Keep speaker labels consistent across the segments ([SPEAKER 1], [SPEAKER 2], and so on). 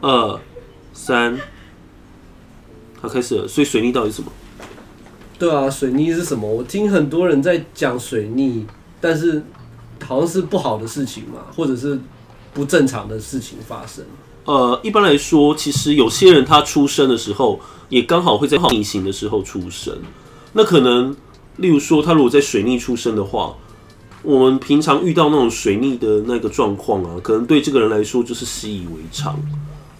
[SPEAKER 1] 二、三，好，开始了。所以水逆到底是什么？
[SPEAKER 2] 对啊，水逆是什么？我听很多人在讲水逆，但是好像是不好的事情嘛，或者是不正常的事情发生。
[SPEAKER 1] 呃，一般来说，其实有些人他出生的时候，也刚好会在逆行的时候出生。那可能，例如说，他如果在水逆出生的话，我们平常遇到那种水逆的那个状况啊，可能对这个人来说就是习以为常，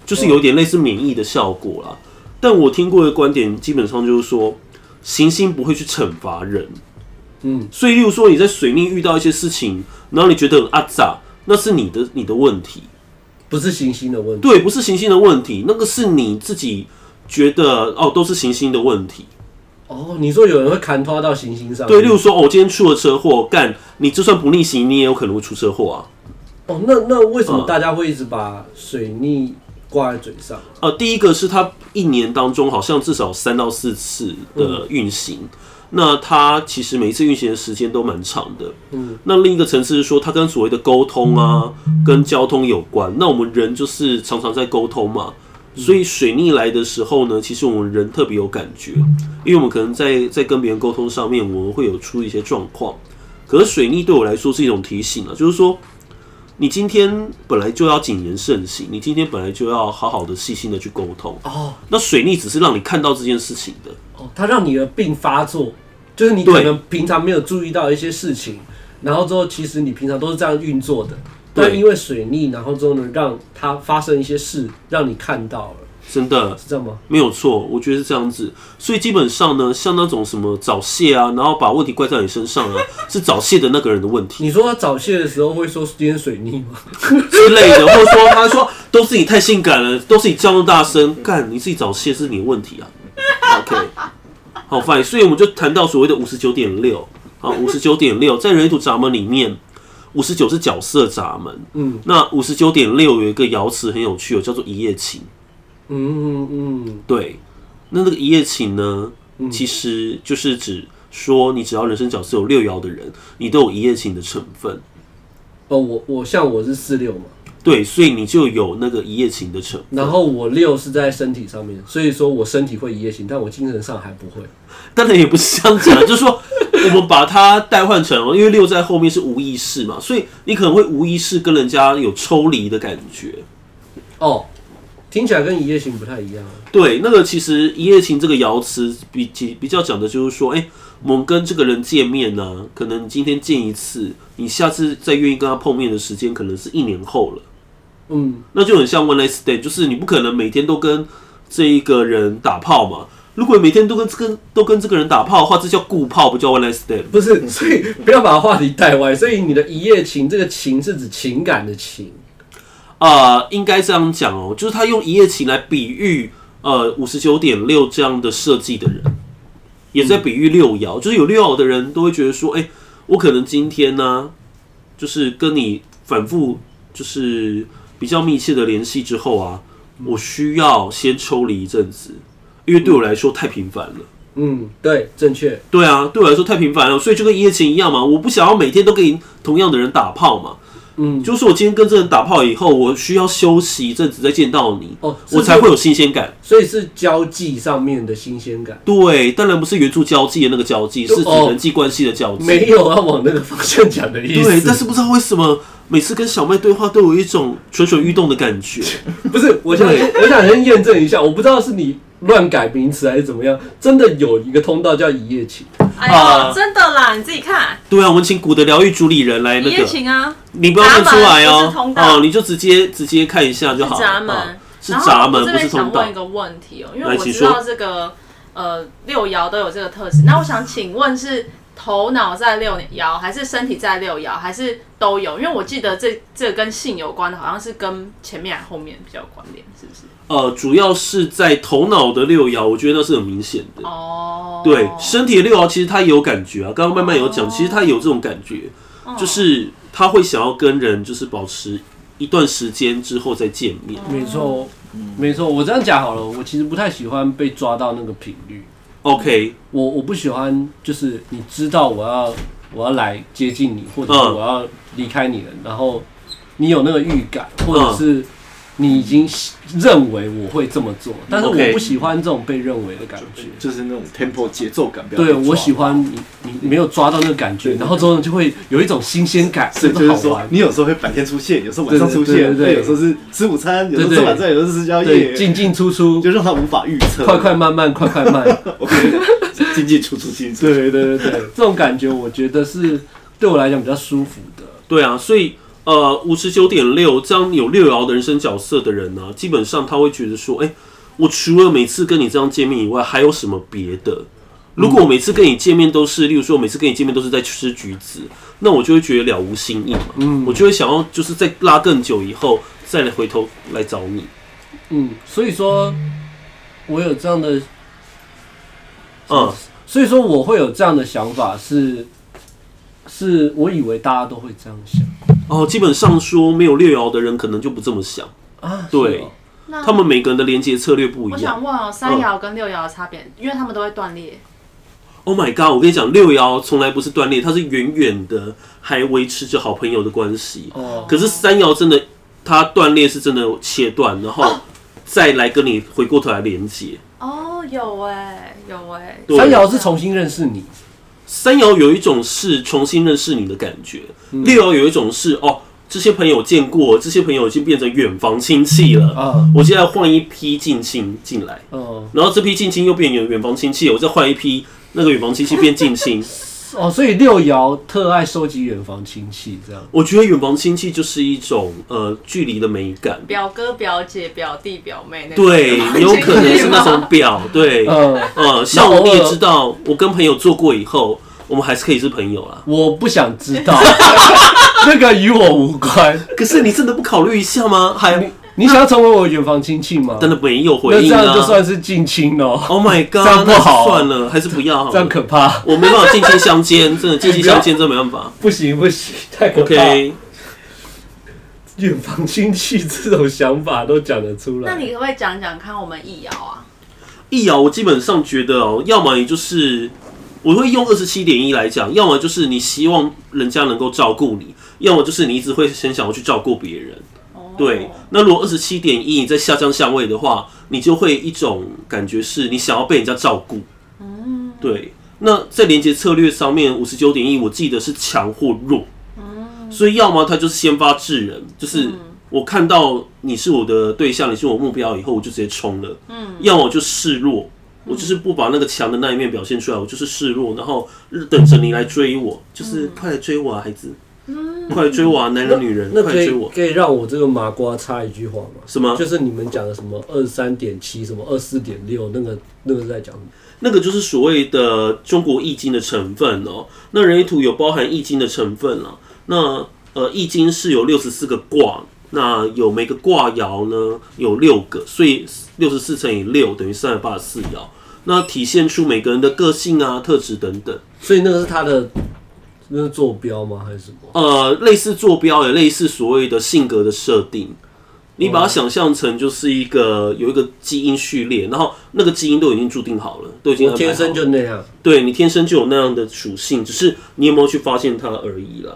[SPEAKER 1] 就是有点类似免疫的效果啦。但我听过的观点基本上就是说，行星不会去惩罚人。
[SPEAKER 2] 嗯，
[SPEAKER 1] 所以例如说你在水逆遇到一些事情，然后你觉得很阿杂，那是你的你的问题。
[SPEAKER 2] 不是行星的问题。
[SPEAKER 1] 对，不是行星的问题，那个是你自己觉得哦，都是行星的问题。
[SPEAKER 2] 哦，你说有人会砍拖到行星上？
[SPEAKER 1] 对，例如说，哦，我今天出了车祸，干，你就算不逆行，你也有可能会出车祸啊。
[SPEAKER 2] 哦，那那为什么大家会一直把水逆挂在嘴上？
[SPEAKER 1] 呃，第一个是他一年当中好像至少三到四次的运行，那他其实每一次运行的时间都蛮长的。
[SPEAKER 2] 嗯，
[SPEAKER 1] 那另一个层次是说，它跟所谓的沟通啊，跟交通有关。那我们人就是常常在沟通嘛，所以水逆来的时候呢，其实我们人特别有感觉，因为我们可能在在跟别人沟通上面，我们会有出一些状况。可是水逆对我来说是一种提醒啊，就是说。你今天本来就要谨言慎行，你今天本来就要好好的、细心的去沟通。
[SPEAKER 2] 哦
[SPEAKER 1] 那水逆只是让你看到这件事情的，
[SPEAKER 2] 哦，它让你的病发作，就是你
[SPEAKER 1] 对
[SPEAKER 2] 可能平常没有注意到一些事情，然后之后其实你平常都是这样运作的，
[SPEAKER 1] 对
[SPEAKER 2] 但因为水逆，然后之后呢，让它发生一些事，让你看到了，
[SPEAKER 1] 真的
[SPEAKER 2] 是这样吗？
[SPEAKER 1] 没有错，我觉得是这样子。所以基本上呢，像那种什么早泄啊，然后把问题怪在你身上啊，是早泄的那个人的问题
[SPEAKER 2] 你说他早泄的时候会说今天水逆吗？
[SPEAKER 1] 之类的，或者说他说都是你太性感了，都是你叫那么大声，干你自己早泄是你的问题啊。OK，好 fine，所以我们就谈到所谓的五十九点六啊，五十九点六在人类图闸门里面，五十九是角色闸门，
[SPEAKER 2] 嗯
[SPEAKER 1] 那五十九点六有一个爻辞很有趣哦，叫做一夜情。
[SPEAKER 2] 嗯嗯嗯，
[SPEAKER 1] 对，那那个一夜情呢，其实就是指说，你只要人生角色有六爻的人，你都有一夜情的成分。
[SPEAKER 2] 哦，我我像我是四六嘛，
[SPEAKER 1] 对，所以你就有那个一夜情的成分。
[SPEAKER 2] 然后我六是在身体上面，所以说我身体会一夜情，但我精神上还不会。
[SPEAKER 1] 当然也不是这样讲，啊 就是说我们把它代换成，因为六在后面是无意识嘛，所以你可能会无意识跟人家有抽离的感觉。
[SPEAKER 2] 哦，听起来跟一夜情不太一样啊。
[SPEAKER 1] 对，那个其实一夜情这个爻辞比比比较讲的就是说，哎、我们跟这个人见面呢、可能今天见一次，你下次再愿意跟他碰面的时间，可能是一年后了。
[SPEAKER 2] 嗯，
[SPEAKER 1] 那就很像 one night stand，就是你不可能每天都跟这一个人打炮嘛。如果每天都跟这个都跟这个人打炮的话，这叫固炮，不叫 one night stand。
[SPEAKER 2] 不是， 所以不要把话题带歪。所以你的一夜情，这个情是指情感的情。
[SPEAKER 1] 啊，应该这样讲哦，就是他用一夜情来比喻呃五十九点六这样的设计的人，也在比喻六爻，就是有六爻的人都会觉得说，哎、我可能今天呢、就是跟你反复就是比较密切的联系之后啊，我需要先抽离一阵子，因为对我来说太频繁了。
[SPEAKER 2] 嗯，对，正确。
[SPEAKER 1] 对啊，对我来说太频繁了，所以就跟一夜情一样嘛，我不想要每天都跟同样的人打炮嘛。
[SPEAKER 2] 嗯，
[SPEAKER 1] 就是我今天跟这个人打炮以后，我需要休息一阵子再见到你，
[SPEAKER 2] 哦是
[SPEAKER 1] 我才会有新鲜感。
[SPEAKER 2] 所以是交际上面的新鲜感，
[SPEAKER 1] 对，当然不是援助交际的那个交际，
[SPEAKER 2] 就是
[SPEAKER 1] 指
[SPEAKER 2] 哦
[SPEAKER 1] 人际关系的交际。
[SPEAKER 2] 没有要往那个方向讲的意思。
[SPEAKER 1] 对，但是不知道为什么每次跟小麦对话都有一种蠢蠢欲动的感觉。
[SPEAKER 2] 不是，我 想
[SPEAKER 1] 对
[SPEAKER 2] 我想先验证一下，我不知道是你乱改名词还是怎么样，真的有一个通道叫一夜情。
[SPEAKER 3] 哎
[SPEAKER 1] 啊
[SPEAKER 3] 呦，真的啦，你自己看
[SPEAKER 1] 对啊，我们请古的疗愈主理人来
[SPEAKER 3] 一
[SPEAKER 1] 那
[SPEAKER 3] 夜
[SPEAKER 1] 个，
[SPEAKER 3] 情啊，
[SPEAKER 1] 你不要认出来
[SPEAKER 3] 闸
[SPEAKER 1] 哦
[SPEAKER 3] 门不是，通道
[SPEAKER 1] 哦，你就直接直接看一下就好了。
[SPEAKER 3] 闸门
[SPEAKER 1] 啊是
[SPEAKER 3] 然后
[SPEAKER 1] 闸门，
[SPEAKER 3] 我这
[SPEAKER 1] 不是
[SPEAKER 3] 边
[SPEAKER 1] 通
[SPEAKER 3] 想
[SPEAKER 1] 道
[SPEAKER 3] 问一。个问题哦、因
[SPEAKER 1] 来
[SPEAKER 3] 为我
[SPEAKER 1] 请
[SPEAKER 3] 知道这个呃六爻都有这个特质，那我想请问是头脑在六爻，还是身体在六爻，还是都有？因为我记得这这个跟性有关的，好像是跟前面还后面比较有关联，是不是？
[SPEAKER 1] 呃，主要是在头脑的六爻，我觉得那是很明显的。
[SPEAKER 3] 哦，
[SPEAKER 1] 对，身体的六爻其实他也有感觉啊，刚刚慢慢有讲，
[SPEAKER 3] 哦
[SPEAKER 1] 其实他有这种感觉，
[SPEAKER 3] 哦
[SPEAKER 1] 就是他会想要跟人就是保持一段时间之后再见面。
[SPEAKER 3] 哦
[SPEAKER 2] 没错，没错，我这样讲好了，我其实不太喜欢被抓到那个频率，
[SPEAKER 1] OK，
[SPEAKER 2] 我我不喜欢就是你知道我要我要来接近你，或者是
[SPEAKER 1] 嗯
[SPEAKER 2] 嗯我要离开你了，然后你有那个预感，或者是你已经认为我会这么做，但是
[SPEAKER 1] OK
[SPEAKER 2] 我不喜欢这种被认为的感觉。
[SPEAKER 4] 就是那种 tempo 节奏感，不要啊
[SPEAKER 2] 对
[SPEAKER 4] 被抓
[SPEAKER 2] 我喜欢你，你没有抓到那个感觉，
[SPEAKER 4] 对
[SPEAKER 2] 然后之后呢就会有一种新鲜感，
[SPEAKER 4] 所以
[SPEAKER 2] 觉
[SPEAKER 4] 就
[SPEAKER 2] 得
[SPEAKER 4] 是
[SPEAKER 2] 好
[SPEAKER 4] 说
[SPEAKER 2] 玩，。
[SPEAKER 4] 你有时候会白天出现，有时候晚上出
[SPEAKER 2] 对
[SPEAKER 4] 现，
[SPEAKER 2] 对对对对
[SPEAKER 4] 有时候是吃午餐，有时候
[SPEAKER 2] 对
[SPEAKER 4] 吃
[SPEAKER 2] 对
[SPEAKER 4] 晚餐，有时候是吃宵夜
[SPEAKER 2] 对，，进进出出，
[SPEAKER 4] 就让他无法预测。
[SPEAKER 2] 快快慢慢，快快 慢。
[SPEAKER 4] ，OK，进进出出，进进出出。
[SPEAKER 2] 对对对对，这种感觉我觉得是对我来讲比较舒服的。
[SPEAKER 1] 对啊，所以呃，五十九点六这样有六爻的人生角色的人呢、基本上他会觉得说，哎、我除了每次跟你这样见面以外，还有什么别的？如果我每次跟你见面都是，例如说我每次跟你见面都是在吃橘子，那我就会觉得了无新意嘛，
[SPEAKER 2] 嗯
[SPEAKER 1] 我就会想要就是在拉更久以后再来回头来找你。
[SPEAKER 2] 嗯，所以说，我有这样的，
[SPEAKER 1] 嗯，
[SPEAKER 2] 所以说我会有这样的想法是，是我以为大家都会这样想
[SPEAKER 1] 哦，基本上说没有六爻的人可能就不这么想，
[SPEAKER 2] 啊。
[SPEAKER 1] 对
[SPEAKER 2] 是哦
[SPEAKER 3] 那
[SPEAKER 1] 他们嗯每个人的连接策略不一
[SPEAKER 3] 我
[SPEAKER 1] 样
[SPEAKER 3] 想。问哦，三爻跟六爻的差别，因为他们都会断裂。
[SPEAKER 1] Oh my god！我跟你讲，六爻从来不是断裂，它是远远的还维持着好朋友的关系。
[SPEAKER 2] 哦，
[SPEAKER 1] 可是三爻真的，它断裂是真的切断，然后
[SPEAKER 2] 哦
[SPEAKER 1] 再来跟你回过头来连接。
[SPEAKER 3] 哦，有哎，有哎，
[SPEAKER 1] 对
[SPEAKER 2] 三爻是重新认识你，
[SPEAKER 1] 三爻有一种是重新认识你的感觉，
[SPEAKER 2] 嗯
[SPEAKER 1] 六爻有一种是哦，这些朋友见过，这些朋友已经变成远房亲戚了。
[SPEAKER 2] 啊，
[SPEAKER 1] 我现在换一批近亲进来，
[SPEAKER 2] 哦，
[SPEAKER 1] 然后这批近亲又变远远房亲戚，我再换一批那个远房亲戚变近亲。
[SPEAKER 2] 哦，所以六爻特爱收集远房亲戚这样。
[SPEAKER 1] 我觉得远房亲戚就是一种呃距离的美感，
[SPEAKER 3] 表哥、表姐、表弟、表妹那种
[SPEAKER 1] 对，有可能是那种表，对，
[SPEAKER 2] 呃，
[SPEAKER 1] 呃，像我也知道，我跟朋友做过以后，我们还是可以是朋友啦。
[SPEAKER 2] 我不想知道， 那个与我无关。
[SPEAKER 1] 可是你真的不考虑一下吗？还
[SPEAKER 2] 你想要成为我远房亲戚吗？
[SPEAKER 1] 真的没有
[SPEAKER 2] 那
[SPEAKER 1] 回
[SPEAKER 2] 这
[SPEAKER 1] 应啊
[SPEAKER 2] 样就算是近亲哦，
[SPEAKER 1] ？Oh my god，
[SPEAKER 2] 这样不好
[SPEAKER 1] 那算了，还是不要好了
[SPEAKER 2] 这样可怕，
[SPEAKER 1] 我没办法近亲相奸，真的近亲相奸真的没办法。
[SPEAKER 2] 不行不行，太 可怕。
[SPEAKER 1] OK，
[SPEAKER 2] 远房亲戚这种想法都讲得出来。
[SPEAKER 3] 那你可不可以讲讲看我们易爻啊？
[SPEAKER 1] 一爻我基本上觉得哦，要么你就是我会用二十七点一来讲，要么就是你希望人家能够照顾你，要么就是你一直会很想要去照顾别人。
[SPEAKER 3] 哦
[SPEAKER 1] 对，那如果二十七点一你在下降相位的话，你就会一种感觉是你想要被人家照顾。对。那在连接策略上面，五十九点一我记得是强或弱。所以要么他就是先发制人，就是我看到你是我的对象，你是我目标以后，我就直接冲了。嗯。要么我就示弱，我就是不把那个强的那一面表现出来，我就是示弱，然后等着你来追我，就是快来追我啊，孩子。快来追我啊，男人女人，
[SPEAKER 2] 那
[SPEAKER 1] 快
[SPEAKER 2] 可
[SPEAKER 1] 来
[SPEAKER 2] 以
[SPEAKER 1] 追我。
[SPEAKER 2] 可以让我这个麻瓜插一句话吗？
[SPEAKER 1] 什么？
[SPEAKER 2] 就是你们讲的什么二三点七，什么二四点六，那个那个是在讲什么？
[SPEAKER 1] 那个就是所谓的中国易经的成分哦。那人类图有包含易经的成分啦。那呃，易经是有六十四个卦，那有每个卦爻呢有六个，所以六十四乘以六等于三百八十四爻。那体现出每个人的个性啊、特质等等，
[SPEAKER 2] 所以那个是他的那是坐标吗？还是什么？
[SPEAKER 1] 呃，类似坐标也类似所谓的性格的设定。你把它想象成就是一个有一个基因序列，然后那个基因都已经注定好了，都已经安
[SPEAKER 2] 我
[SPEAKER 1] 排
[SPEAKER 2] 天
[SPEAKER 1] 好
[SPEAKER 2] 生
[SPEAKER 1] 了
[SPEAKER 2] 就那样。
[SPEAKER 1] 对你天生就有那样的属性，只是你有没有去发现它而已啦。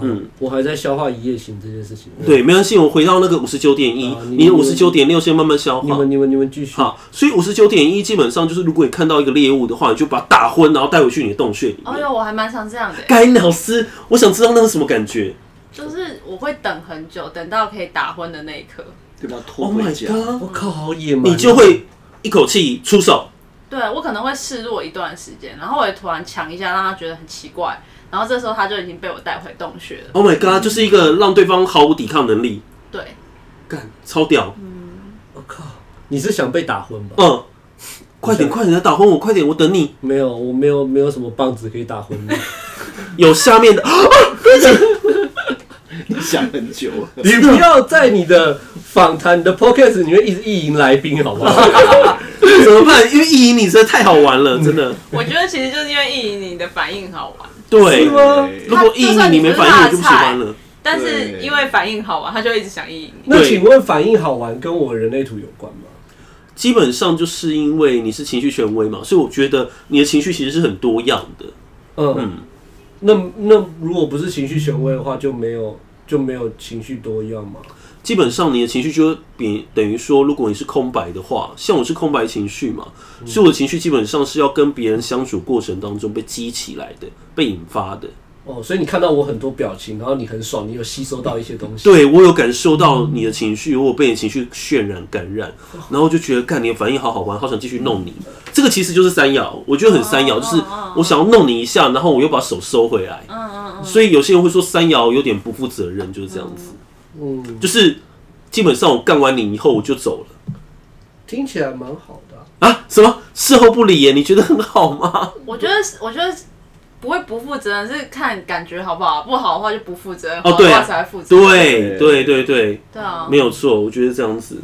[SPEAKER 2] 嗯，我还在消化一夜情这件事情。
[SPEAKER 1] 对，没关系，我回到那个五十九点一
[SPEAKER 2] 啊，你
[SPEAKER 1] 你的五十九点六先慢慢消
[SPEAKER 2] 你
[SPEAKER 1] 化。
[SPEAKER 2] 们你们你们继续。
[SPEAKER 1] 好，所以五十九点一基本上就是，如果你看到一个猎物的话，你就把它打昏，然后带回去你的洞穴里
[SPEAKER 3] 哦
[SPEAKER 1] 面。
[SPEAKER 3] 哟，我还蛮常这样的，欸
[SPEAKER 1] 该老师，我想知道那是什么感觉。
[SPEAKER 3] 就是我会等很久，等到可以打昏的那一刻。
[SPEAKER 4] 对吧？拖
[SPEAKER 1] Oh
[SPEAKER 4] 回
[SPEAKER 1] my
[SPEAKER 4] 家，
[SPEAKER 1] god！
[SPEAKER 2] 我靠，好野蛮！啊
[SPEAKER 1] 你就会一口气出手。
[SPEAKER 3] 对我可能会示弱一段时间，然后我也突然抢一下，让他觉得很奇怪，然后这时候他就已经被我带回洞穴了。
[SPEAKER 1] Oh my god！就是一个让对方毫无抵抗能力，
[SPEAKER 3] 对，
[SPEAKER 1] 干超屌。
[SPEAKER 3] 嗯
[SPEAKER 2] 我靠，你是想被打昏吧？
[SPEAKER 1] 嗯，快点快点来打昏我，快点我等你。
[SPEAKER 2] 没有，我没有没有什么棒子可以打昏 你。
[SPEAKER 1] 有下面的。
[SPEAKER 4] 你 想很 久，
[SPEAKER 2] 你不要在你的访谈、你的 podcast 里面一直意淫来宾，好不好？
[SPEAKER 1] 怎么办？因为意淫你真的太好玩了，真的。
[SPEAKER 3] 我觉得其实就是因为意淫你的反应好玩，
[SPEAKER 1] 对
[SPEAKER 2] 是，吗
[SPEAKER 1] 如果意淫你没反应，我就不喜欢了。
[SPEAKER 3] 但是因为反应好玩，他就一直想意淫你。
[SPEAKER 2] 那
[SPEAKER 1] 对
[SPEAKER 2] 请问反应好玩跟我人类图有关吗？
[SPEAKER 1] 基本上就是因为你是情绪权威嘛，所以我觉得你的情绪其实是很多样的。
[SPEAKER 2] 嗯，
[SPEAKER 1] 嗯
[SPEAKER 2] 那那如果不是情绪权威的话，就没有就没有情绪多样嘛？
[SPEAKER 1] 基本上你的情绪就会比等于说，如果你是空白的话，像我是空白情绪嘛，
[SPEAKER 2] 嗯
[SPEAKER 1] 所以我的情绪基本上是要跟别人相处过程当中被激起来的，被引发的。
[SPEAKER 2] 哦，所以你看到我很多表情，然后你很爽，你有吸收到一些东西。
[SPEAKER 1] 对我有感受到你的情绪，我有被你的情绪渲染感染，然后就觉得干你的反应好好玩，好想继续弄你。这个其实就是三摇，我觉得很三摇，就是我想要弄你一下，然后我又把手收回来。
[SPEAKER 3] 嗯
[SPEAKER 1] 所以有些人会说三摇有点不负责任，就是这样子，
[SPEAKER 2] 嗯，
[SPEAKER 1] 就是基本上我干完你以后我就走了
[SPEAKER 2] 听起来蛮好的啊、
[SPEAKER 1] 啊？什么事后不理耶？你觉得很好吗？
[SPEAKER 3] 我觉得，我觉得不会不负责任，是看感觉好不好，不好的话就不负责任，
[SPEAKER 1] 哦
[SPEAKER 3] 好的
[SPEAKER 1] 对
[SPEAKER 3] 话
[SPEAKER 1] 啊
[SPEAKER 3] 才会负责任。
[SPEAKER 1] 对对对对，
[SPEAKER 3] 对啊，
[SPEAKER 1] 没有错，我觉得这样子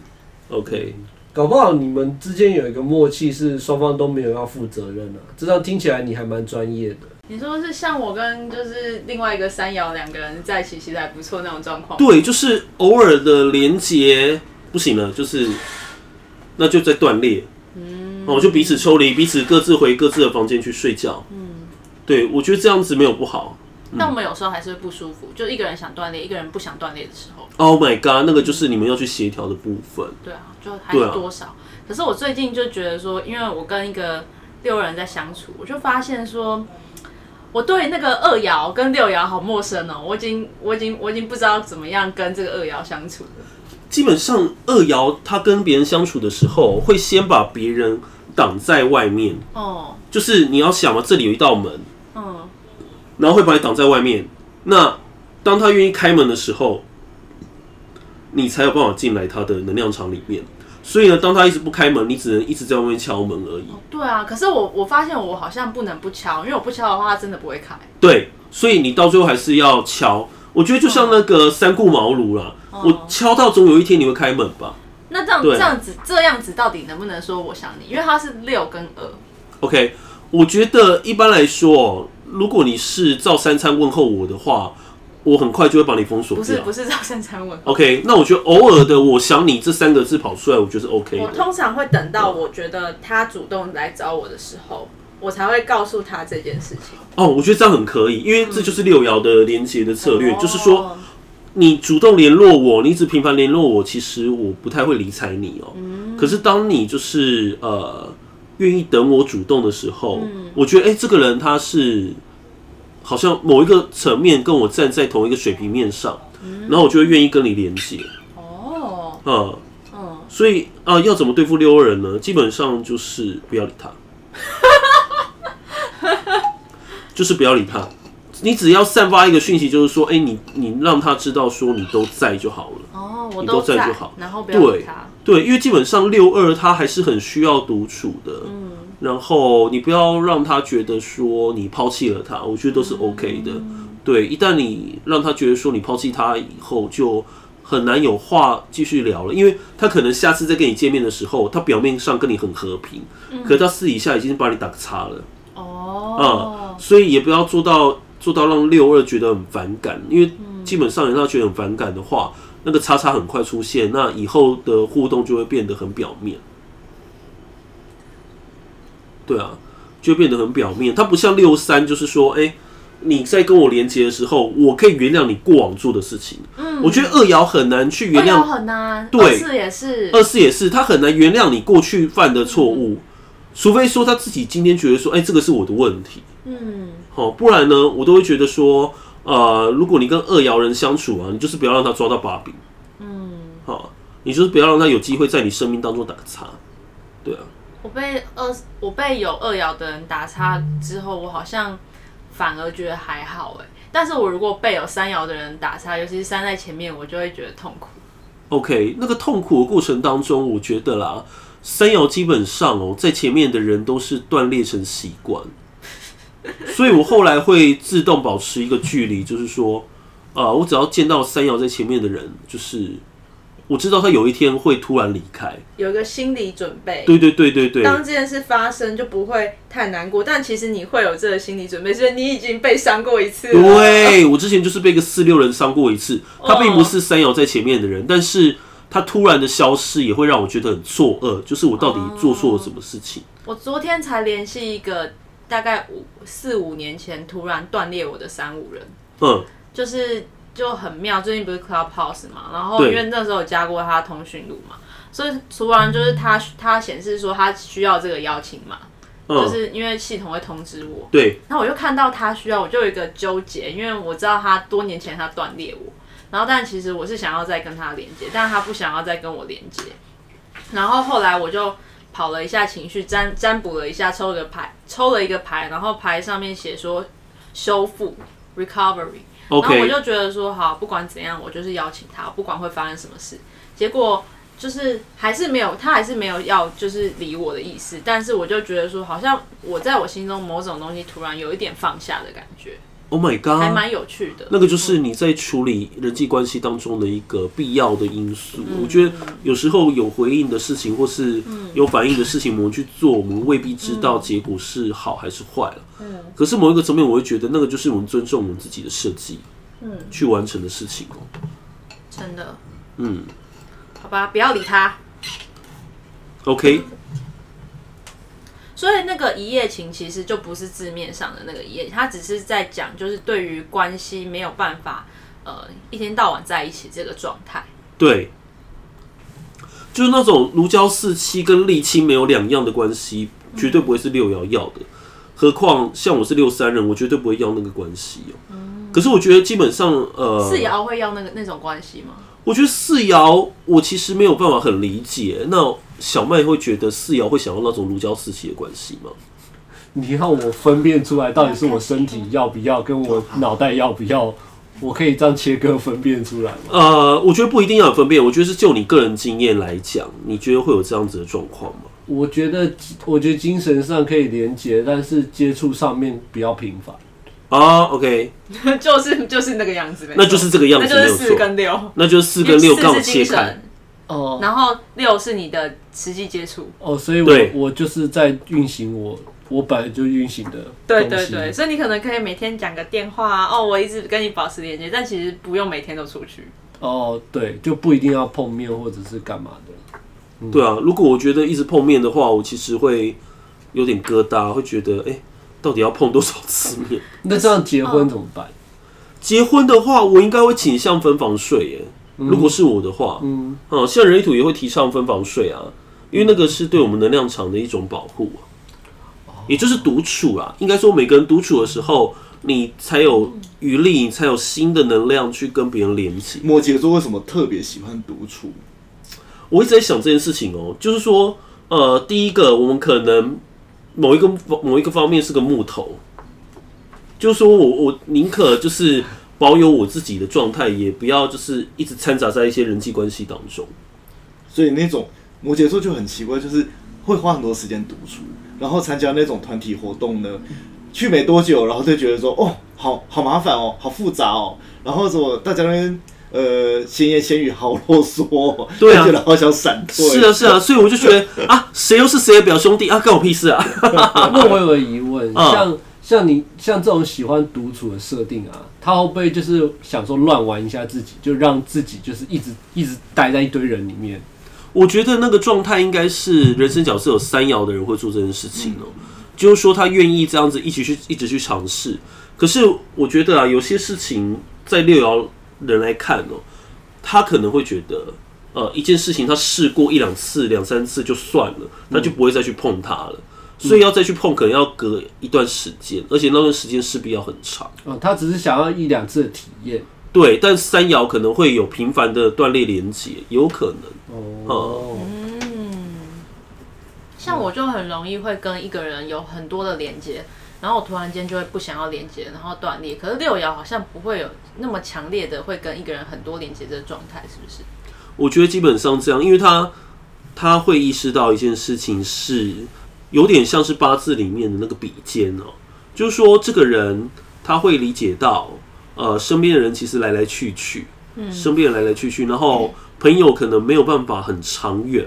[SPEAKER 1] OK。
[SPEAKER 2] 搞不好你们之间有一个默契，是双方都没有要负责任啊。这样听起来你还蛮专业的。
[SPEAKER 3] 你说是像我跟就是另外一个三瑶两个人在一起，其实还不错那种状况。
[SPEAKER 1] 对，就是偶尔的连接不行了，就是那就在断裂。嗯，哦，就彼此抽离，彼此各自回各自的房间去睡觉。嗯，对，我觉得这样子没有不好。
[SPEAKER 3] 但我们有时候还是会不舒服，就一个人想断裂，一个人不想断裂的时候，
[SPEAKER 1] Oh my god，那个就是你们要去协调的部分。
[SPEAKER 3] 对啊，就还是
[SPEAKER 1] 对啊
[SPEAKER 3] 多少。可是我最近就觉得说，因为我跟一个六人在相处，我就发现说，我对那个二爻跟六爻好陌生哦，我已经我已经我已经不知道怎么样跟这个二爻相处了。
[SPEAKER 1] 基本上，二爻他跟别人相处的时候，会先把别人挡在外面，
[SPEAKER 3] 哦，
[SPEAKER 1] 就是你要想嘛，这里有一道门，
[SPEAKER 3] 嗯，
[SPEAKER 1] 然后会把你挡在外面。那当他愿意开门的时候，你才有办法进来他的能量场里面。所以呢，当他一直不开门，你只能一直在外面敲门而已。
[SPEAKER 3] 对啊。可是我我发现我好像不能不敲，因为我不敲的话，它真的不会开。
[SPEAKER 1] 对，所以你到最后还是要敲。我觉得就像那
[SPEAKER 3] 嗯
[SPEAKER 1] 个三顾茅庐啦，
[SPEAKER 3] 哦
[SPEAKER 1] 我敲到总有一天你会开门吧
[SPEAKER 3] 那这样
[SPEAKER 1] 对啊
[SPEAKER 3] 这样子这样子到底能不能说我想你？因为它是六跟二，
[SPEAKER 1] ？OK，我觉得一般来说哦，如果你是照三餐问候我的话，我很快就会把你封锁
[SPEAKER 3] 不是
[SPEAKER 1] 掉
[SPEAKER 3] 不。是照三餐问。
[SPEAKER 1] OK，那我觉得偶尔的“我想你”这三个字跑出来，我觉得是 OK
[SPEAKER 3] 我
[SPEAKER 1] 的。
[SPEAKER 3] 通常会等到我觉得他主动来找我的时候，我才会告诉他这件事情。
[SPEAKER 1] 哦，我觉得这样很可以，因为这就是六爻的连接的策略，
[SPEAKER 3] 哦
[SPEAKER 1] 就是说，你主动联络我，你一直频繁联络我，其实我不太会理睬你哦。可是当你就是呃愿意等我主动的时候，我觉得哎、诶这个人他是好像某一个层面跟我站在同一个水平面上，然后我就会愿意跟你连接。
[SPEAKER 3] 哦，
[SPEAKER 1] 嗯，
[SPEAKER 3] 嗯，
[SPEAKER 1] 所以啊、要怎么对付六二人呢？基本上就是不要理他， 就是不要理他。你只要散发一个讯息，就是说，哎、你你让他知道说你都在就好了。
[SPEAKER 3] 哦，我
[SPEAKER 1] 你都
[SPEAKER 3] 在
[SPEAKER 1] 在就好
[SPEAKER 3] 然后不要理
[SPEAKER 1] 对
[SPEAKER 3] 他。
[SPEAKER 1] 对，因为基本上六二他还是很需要独处的。然后你不要让他觉得说你抛弃了他，我觉得都是 OK 的。对，一旦你让他觉得说你抛弃他以后，就很难有话继续聊了，因为他可能下次再跟你见面的时候，他表面上跟你很和平，可他私底下已经把你打个叉了。嗯
[SPEAKER 3] 哦，
[SPEAKER 1] 啊所以也不要做到做到让六二觉得很反感，因为基本上让他觉得很反感的话，那个叉叉很快出现，那以后的互动就会变得很表面。对啊，就会变得很表面。它不像六三，就是说，哎、你在跟我连接的时候，我可以原谅你过往做的事情。
[SPEAKER 3] 嗯
[SPEAKER 1] 我觉得二爻很难去原
[SPEAKER 3] 二爻
[SPEAKER 1] 谅
[SPEAKER 3] 很难，
[SPEAKER 1] 对
[SPEAKER 3] 二四也是，
[SPEAKER 1] 二四也是，他很难原谅你过去犯的错误，除非说他自己今天觉得说，哎、这个是我的问题。
[SPEAKER 3] 嗯，
[SPEAKER 1] 哦，不然呢，我都会觉得说，呃，如果你跟二爻人相处啊，你就是不要让他抓到把柄，嗯，好、你就是不要让他有机会在你生命当中打个叉，对啊，
[SPEAKER 3] 我被二我被有二爻的人打叉之后，我好像反而觉得还好哎、但是我如果被有三爻的人打叉，尤其是三在前面，我就会觉得痛苦。
[SPEAKER 1] OK，那个痛苦的过程当中，我觉得啦，三爻基本上哦，在前面的人都是断裂成习惯，所以我后来会自动保持一个距离，就是说，啊，我只要见到三爻在前面的人，就是我知道他有一天会突然离开，
[SPEAKER 3] 有一个心理准备，
[SPEAKER 1] 对对对对对，
[SPEAKER 3] 当这件事发生就不会太难过，但其实你会有这个心理准备，所以你已经被伤过一次了。
[SPEAKER 1] 对，我之前就是被一个四六人伤过一次，
[SPEAKER 3] 嗯
[SPEAKER 1] 他并不是三爻在前面的人，但是他突然的消失也会让我觉得很错愕，就是我到底做错了什么事情？
[SPEAKER 3] 我昨天才联系一个大概五四五年前突然断裂我的三五人，
[SPEAKER 1] 嗯，
[SPEAKER 3] 就是就很妙，最近不是 Clubhouse 嘛，然后
[SPEAKER 1] 对
[SPEAKER 3] 因为那时候有加过他的通讯录嘛，所以突然就是
[SPEAKER 1] 嗯
[SPEAKER 3] 他他显示说他需要这个邀请码，就
[SPEAKER 1] 嗯，
[SPEAKER 3] 是因为系统会通知我，
[SPEAKER 1] 对，
[SPEAKER 3] 然后我就看到他需要，我就有一个纠结，因为我知道他多年前他断裂我，然后但其实我是想要再跟他连接，但他不想要再跟我连接。然后后来我就跑了一下情绪，占占卜了一下，抽了个牌，抽了一个牌，然后牌上面写说修复 （recovery）。然后我
[SPEAKER 1] OK，
[SPEAKER 3] 就觉得说，好，不管怎样，我就是邀请他，不管会发生什么事。结果就是还是没有，他还是没有要就是理我的意思。但是我就觉得说，好像我在我心中某种东西突然有一点放下的感觉，
[SPEAKER 1] ，Oh my
[SPEAKER 3] 还
[SPEAKER 1] God，
[SPEAKER 3] 蛮有趣的。
[SPEAKER 1] 那个就是你在处理人际关系当中的一个必要的因素。我觉得有时候有回应的事情，或是有反应的事情，我们去做，我们未必知道结果是好还是坏了。可是某一个层面，我会觉得那个就是我们尊重我们自己的设计，嗯，去完成的事情哦、
[SPEAKER 3] 真的，
[SPEAKER 1] 嗯
[SPEAKER 3] 好吧，不要理他。
[SPEAKER 1] ，OK，
[SPEAKER 3] 所以那个一夜情其实就不是字面上的那个一夜情，他只是在讲就是对于关系没有办法，呃，一天到晚在一起这个状态。
[SPEAKER 1] 对，就是那种如胶似漆跟沥青没有两样的关系，绝对不会是六爻要的。何况像我是六三人，我绝对不会要那个关系哦、可是我觉得基本上，呃，
[SPEAKER 3] 嗯四爻会要那个那种关系吗？
[SPEAKER 1] 我觉得四爻我其实没有办法很理解。那小麦会觉得四爻会想要那种如胶似漆的关系吗？
[SPEAKER 2] 你要我分辨出来到底是我身体要不要，跟我脑袋要不要，我可以这样切割分辨出来吗？
[SPEAKER 1] 呃，我觉得不一定要有分辨。我觉得是就你个人经验来讲，你觉得会有这样子的状况吗？
[SPEAKER 2] 我觉得，我觉得精神上可以连接，但是接触上面比较频繁。
[SPEAKER 1] 啊，OK，
[SPEAKER 3] 就是就是那个样子呗，
[SPEAKER 1] 那就是这个样
[SPEAKER 3] 那
[SPEAKER 1] 子，
[SPEAKER 3] 就
[SPEAKER 1] 没
[SPEAKER 3] 是
[SPEAKER 1] 有
[SPEAKER 3] 四
[SPEAKER 1] 错。
[SPEAKER 3] 跟六，
[SPEAKER 1] 那就是四跟六
[SPEAKER 3] 四
[SPEAKER 1] 刚好
[SPEAKER 3] 是
[SPEAKER 1] 切
[SPEAKER 3] 精
[SPEAKER 1] 开
[SPEAKER 3] 神，，
[SPEAKER 2] 哦
[SPEAKER 3] 然后六是你的实际接触，
[SPEAKER 2] 哦，所以我
[SPEAKER 1] 对
[SPEAKER 2] 我就是在运行我我本来就运行的
[SPEAKER 3] 对
[SPEAKER 2] 东
[SPEAKER 3] 对
[SPEAKER 2] 西
[SPEAKER 3] 对，所以你可能可以每天讲个电话啊，哦，我一直跟你保持连接，但其实不用每天都出去。
[SPEAKER 2] 哦，对，就不一定要碰面或者是干嘛的。
[SPEAKER 1] 对啊。如果我觉得一直碰面的话，我其实会有点疙瘩，会觉得哎、诶到底要碰多少次面？
[SPEAKER 2] 那这样结
[SPEAKER 1] 哦
[SPEAKER 2] 婚怎么办？
[SPEAKER 1] 结婚的话，我应该会倾向分房睡耶。如果是我的话，
[SPEAKER 2] 嗯，
[SPEAKER 1] 嗯，现在人一土也会提倡分房睡啊，因为那个是对我们能量场的一种保护啊，也就是独处啊。应该说，每个人独处的时候，你才有余力，你才有新的能量去跟别人连接。
[SPEAKER 4] 摩羯座为什么特别喜欢独处？
[SPEAKER 1] 我一直在想这件事情哦，就是说，呃，第一个，我们可能某一个某一个方面是个木头，就是说我我宁可就是保有我自己的状态，也不要就是一直掺杂在一些人际关系当中。
[SPEAKER 4] 所以那种摩羯座就很奇怪，就是会花很多时间独处，然后参加那种团体活动呢，去没多久，然后就觉得说，哦，好好麻烦哦，好复杂哦，然后什么大家那边呃闲言闲语好啰嗦、哦，
[SPEAKER 1] 对啊
[SPEAKER 4] 就觉得好想闪退。
[SPEAKER 1] 是啊，是啊，所以我就觉得啊，谁又是谁的表兄弟啊，干我屁事啊！
[SPEAKER 2] 那我有个疑问，
[SPEAKER 1] 嗯
[SPEAKER 2] 像像你像这种喜欢独处的设定啊，他会不会就是想说乱玩一下自己，就让自己就是一直一直待在一堆人里面？
[SPEAKER 1] 我觉得那个状态应该是人生角色有三爻的人会做这件事情哦、就是说他愿意这样子一起去一直去尝试。可是我觉得啊，有些事情在六爻人来看哦、他可能会觉得，呃，一件事情他试过一两次、两三次就算了，他就不会再去碰它了。所以要再去碰，可能要隔一段时间，而且那段时间势必要很长。
[SPEAKER 2] 啊，他只是想要一两次的体验。
[SPEAKER 1] 对，但三爻可能会有频繁的断裂连接，有可能。
[SPEAKER 2] 哦，
[SPEAKER 3] 像我就很容易会跟一个人有很多的连接，然后我突然间就会不想要连接，然后断裂。可是六爻好像不会有那么强烈的会跟一个人很多连接的状态，是不是？
[SPEAKER 1] 我觉得基本上这样，因为他他会意识到一件事情是有点像是八字里面的那个比肩哦、就是说这个人他会理解到，呃，身边的人其实来来去去，嗯，身边人来来去去，然后朋友可能没有办法很长远，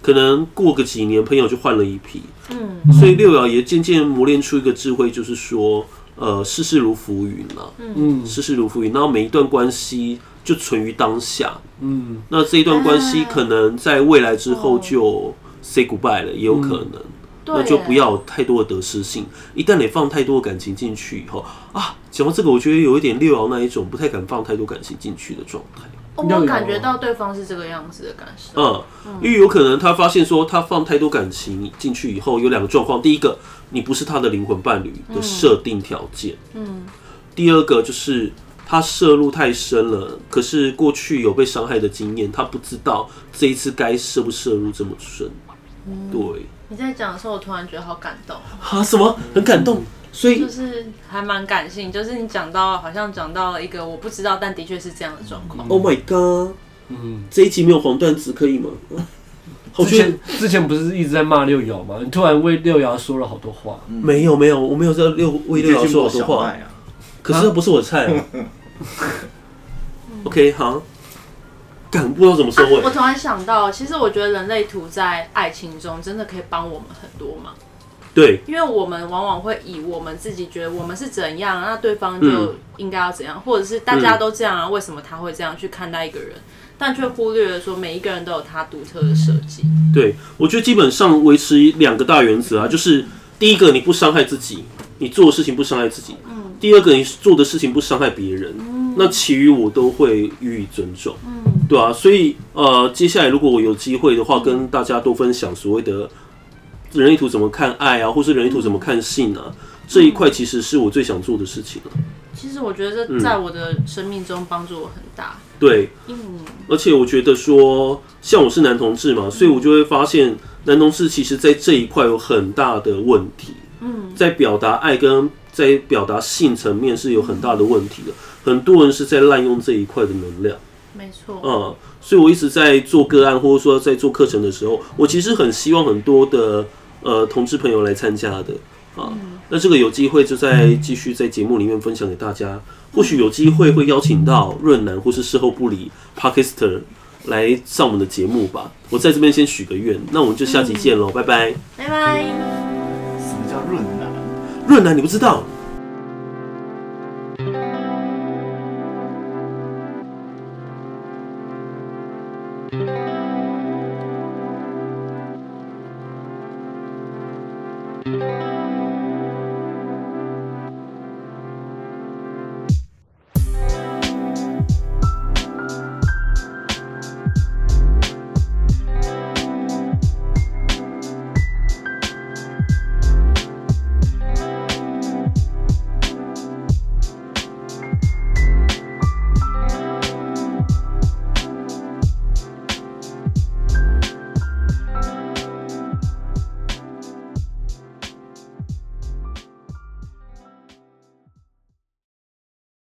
[SPEAKER 1] 可能过个几年朋友就换了一批，
[SPEAKER 3] 嗯，
[SPEAKER 1] 所以六爻也渐渐磨练出一个智慧，就是说，呃，世事如浮云啊，
[SPEAKER 2] 嗯
[SPEAKER 1] 世事如浮云，然后每一段关系就存于当下，
[SPEAKER 2] 嗯，
[SPEAKER 1] 那这一段关系可能在未来之后就 say goodbye 了，也有可能。
[SPEAKER 3] 对
[SPEAKER 1] 那就
[SPEAKER 3] 耶
[SPEAKER 1] 不要太多的得失性。一旦你放太多的感情进去以后啊，讲到这个，我觉得有一点六爻那一种不太敢放太多感情进去的状态。
[SPEAKER 3] 哦
[SPEAKER 2] 要
[SPEAKER 3] 我
[SPEAKER 2] 有
[SPEAKER 3] 感觉到对方是这个样子的感受。
[SPEAKER 1] 嗯，因为有可能他发现说他放太多感情进去以后，有两个状况：第一个，你不是他的灵魂伴侣的设定条件；
[SPEAKER 3] 嗯，
[SPEAKER 1] 第二个就是他涉入太深了，可是过去有被伤害的经验，他不知道这一次该涉不涉入这么深。对
[SPEAKER 3] 你在讲的时候，我突然觉得好感动，
[SPEAKER 1] 啊，什么很感动，所以
[SPEAKER 3] 就是还蛮感性，就是你讲到好像讲到了一个我不知道，但的确是这样的状况。
[SPEAKER 1] Oh my God，
[SPEAKER 2] 嗯，
[SPEAKER 1] 这一集没有黄段子可以吗？好，我
[SPEAKER 2] 之
[SPEAKER 1] 觉得
[SPEAKER 2] 前之前不是一直在骂六爻吗？你突然为六爻说了好多话，
[SPEAKER 1] 没有没有，我没有在六为六爻说好多话。
[SPEAKER 4] 啊，
[SPEAKER 1] 可是那不是我的菜、啊。OK，好，敢不知道怎么收
[SPEAKER 3] 啊
[SPEAKER 1] 尾
[SPEAKER 3] 我。突然想到，其实我觉得人类图在爱情中真的可以帮我们很多忙，
[SPEAKER 1] 对，
[SPEAKER 3] 因为我们往往会以我们自己觉得我们是怎样，那对方就
[SPEAKER 1] 嗯
[SPEAKER 3] 应该要怎样，或者是大家都这样啊，为什么他会这样去看待一个人？但却忽略了说每一个人都有他独特的设计。
[SPEAKER 1] 对，我觉得基本上维持两个大原则啊，就是第一个你不伤害自己，你做的事情不伤害自己；
[SPEAKER 3] 嗯
[SPEAKER 1] 第二个你做的事情不伤害别人。那其余我都会予以尊重。
[SPEAKER 3] 嗯
[SPEAKER 1] 对啊，所以呃，接下来如果我有机会的话，跟大家多分享所谓的人类图怎么看爱啊，或是人类图怎么看性啊，这一块其实是我最想做的事情啊了。
[SPEAKER 3] 其实我觉得这在我的生命中帮助我很大。
[SPEAKER 1] 对，
[SPEAKER 3] 嗯，
[SPEAKER 1] 而且我觉得说，像我是男同志嘛，所以我就会发现男同志其实在这一块有很大的问题，嗯，在表达爱跟在表达性层面是有很大的问题的，很多人是在滥用这一块的能量，
[SPEAKER 3] 没错。
[SPEAKER 1] 嗯，所以我一直在做个案或者说在做课程的时候，我其实很希望很多的呃同志朋友来参加的啊，那这个有机会就再继续在节目里面分享给大家，或许有机会会邀请到润南或是事后不理 Parkister 来上我们的节目吧。我在这边先许个愿，那我们就下集见喽，拜拜。
[SPEAKER 3] 拜拜。
[SPEAKER 4] 什么叫润南？
[SPEAKER 1] 润南，你不知道。